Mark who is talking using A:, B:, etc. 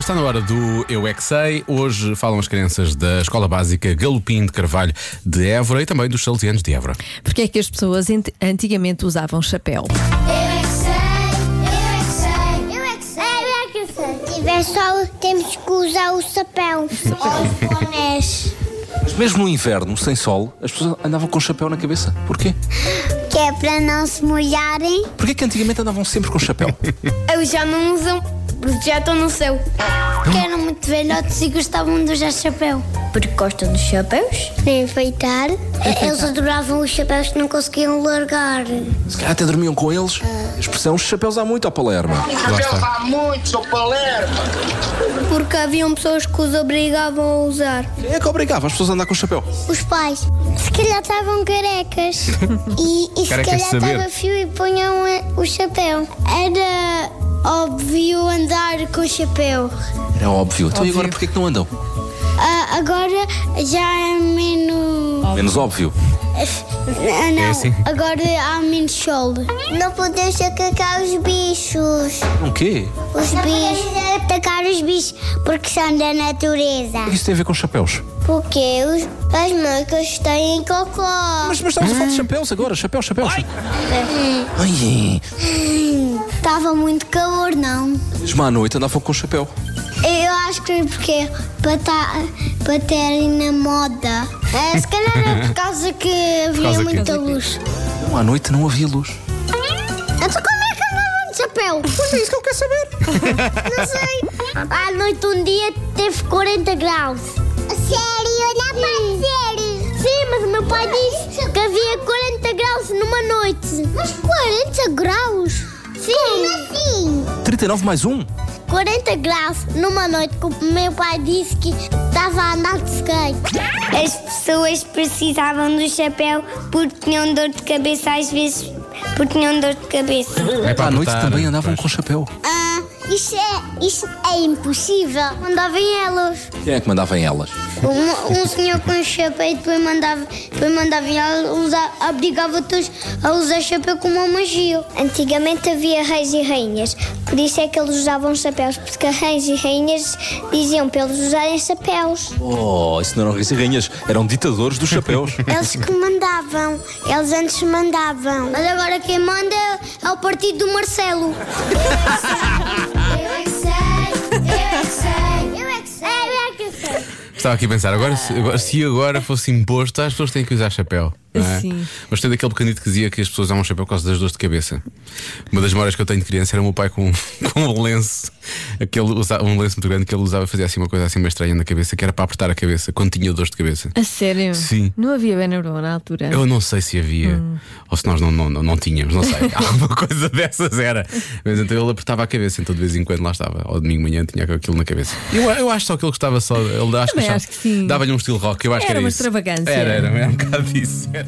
A: Está na hora do Eu é que Sei. Hoje falam as crianças da Escola Básica Galopim de Carvalho de Évora e também dos Salesianos de Évora.
B: Porque é que as pessoas ant- antigamente usavam chapéu?
C: Eu é que sei, eu é que sei, eu é que sei, eu é que sei. Se tiver sol, temos que usar o chapéu. Ou os bonés.
D: Mas mesmo no inverno, sem sol, as pessoas andavam com chapéu na cabeça. Porquê?
C: Que é para não se molharem.
D: Porquê que antigamente andavam sempre com chapéu?
C: Eles já não usam, porque já estão no céu. Porque eram muito velhotes e gostavam de usar chapéu.
E: Porque gostam dos chapéus?
C: Para enfeitar. Eles adoravam os chapéus que não conseguiam largar.
D: Se calhar até dormiam com eles. A expressão, os chapéus há muito ao Palermo.
F: Chapéus há muitos, o Palermo.
C: Porque haviam pessoas que os obrigavam a usar.
D: Quem é que obrigava as pessoas a andar com chapéu?
C: Os pais, se calhar estavam carecas e, e se
A: Carecas de
C: calhar
A: saber.
C: estava fio e punham eh, o chapéu. Era óbvio andar com o chapéu.
D: Era óbvio. Então e agora porquê que não andam?
C: Ah, agora já é menos.
D: Menos óbvio. É
C: Ah, não,
A: assim?
C: agora há menos sol. Não podemos atacar os bichos.
D: Um quê?
C: Os bichos. Atacar os bichos porque são da natureza.
D: O é que isso tem a ver com chapéus?
C: Porque os, as moscas têm cocó. Hum.
D: Mas, mas estamos a falar de chapéus agora. Chapéus, chapéus. Ai! Ai.
C: Estava muito calor, não.
D: Mesmo à noite andavam com chapéu.
C: Eu acho que é porque para, tá, para terem na moda. É, se calhar é por causa que havia
A: causa que-
C: muita luz.
D: Não, à noite não havia luz.
C: Então como é que andavam de chapéu? Pois é isso que eu quero saber. Não sei. À noite um dia teve 40 graus. Sério? Não pode ser. Sim, mas o meu pai disse que havia 40 graus numa noite. Mas 40 graus? Sim. assim?
D: 39 mais um?
C: 40 graus numa noite que o meu pai disse que estava a andar de skate. As pessoas precisavam do chapéu porque tinham dor de cabeça às vezes, porque tinham dor de cabeça.
A: É
D: à noite
A: apertar,
D: também andavam
A: pois.
D: com chapéu.
C: Ah, isso é, isso é impossível. Mandavam elas.
D: Quem é que mandava em elas?
C: Um, um senhor com chapéu e depois mandava, depois mandava elas obrigava-te a usar chapéu como uma magia. Antigamente havia reis e rainhas, por isso é que eles usavam chapéus, porque reis e rainhas diziam para eles usarem chapéus.
D: Oh, isso não eram reis e rainhas. Eram ditadores dos chapéus.
C: Eles que mandavam, eles antes mandavam. Mas agora quem manda é o partido do Marcelo. Eu é que sei, eu é que sei, eu é que sei, eu é que sei.
A: Estava aqui a pensar, agora, se- agora- se agora fosse imposto, as pessoas têm que usar chapéu. Não é?
B: Sim.
A: Mas tem daquele pequenito que dizia que as pessoas usavam chapéu por causa das dores de cabeça. Uma das memórias que eu tenho de criança era o meu pai com, com um lenço, aquele, usa- um lenço muito grande que ele usava e fazia assim uma coisa assim meio estranha na cabeça, que era para apertar a cabeça quando tinha dores de cabeça.
B: A sério?
A: Sim.
B: Não havia Benarol na altura.
A: Eu não sei se havia,
B: Hum.
A: ou se nós não, não, não, não tínhamos, não sei. Alguma coisa dessas era. Mas então ele apertava a cabeça, então de vez em quando lá estava. Ao domingo de manhã tinha aquilo na cabeça. Eu, eu acho só que ele gostava só. Ele acho
B: Também
A: achava-
B: acho que sim.
A: Dava-lhe um estilo rock, eu acho que
B: Era
A: era
B: uma
A: isso.
B: extravagância.
A: Era, era, era um bocado isso. Era.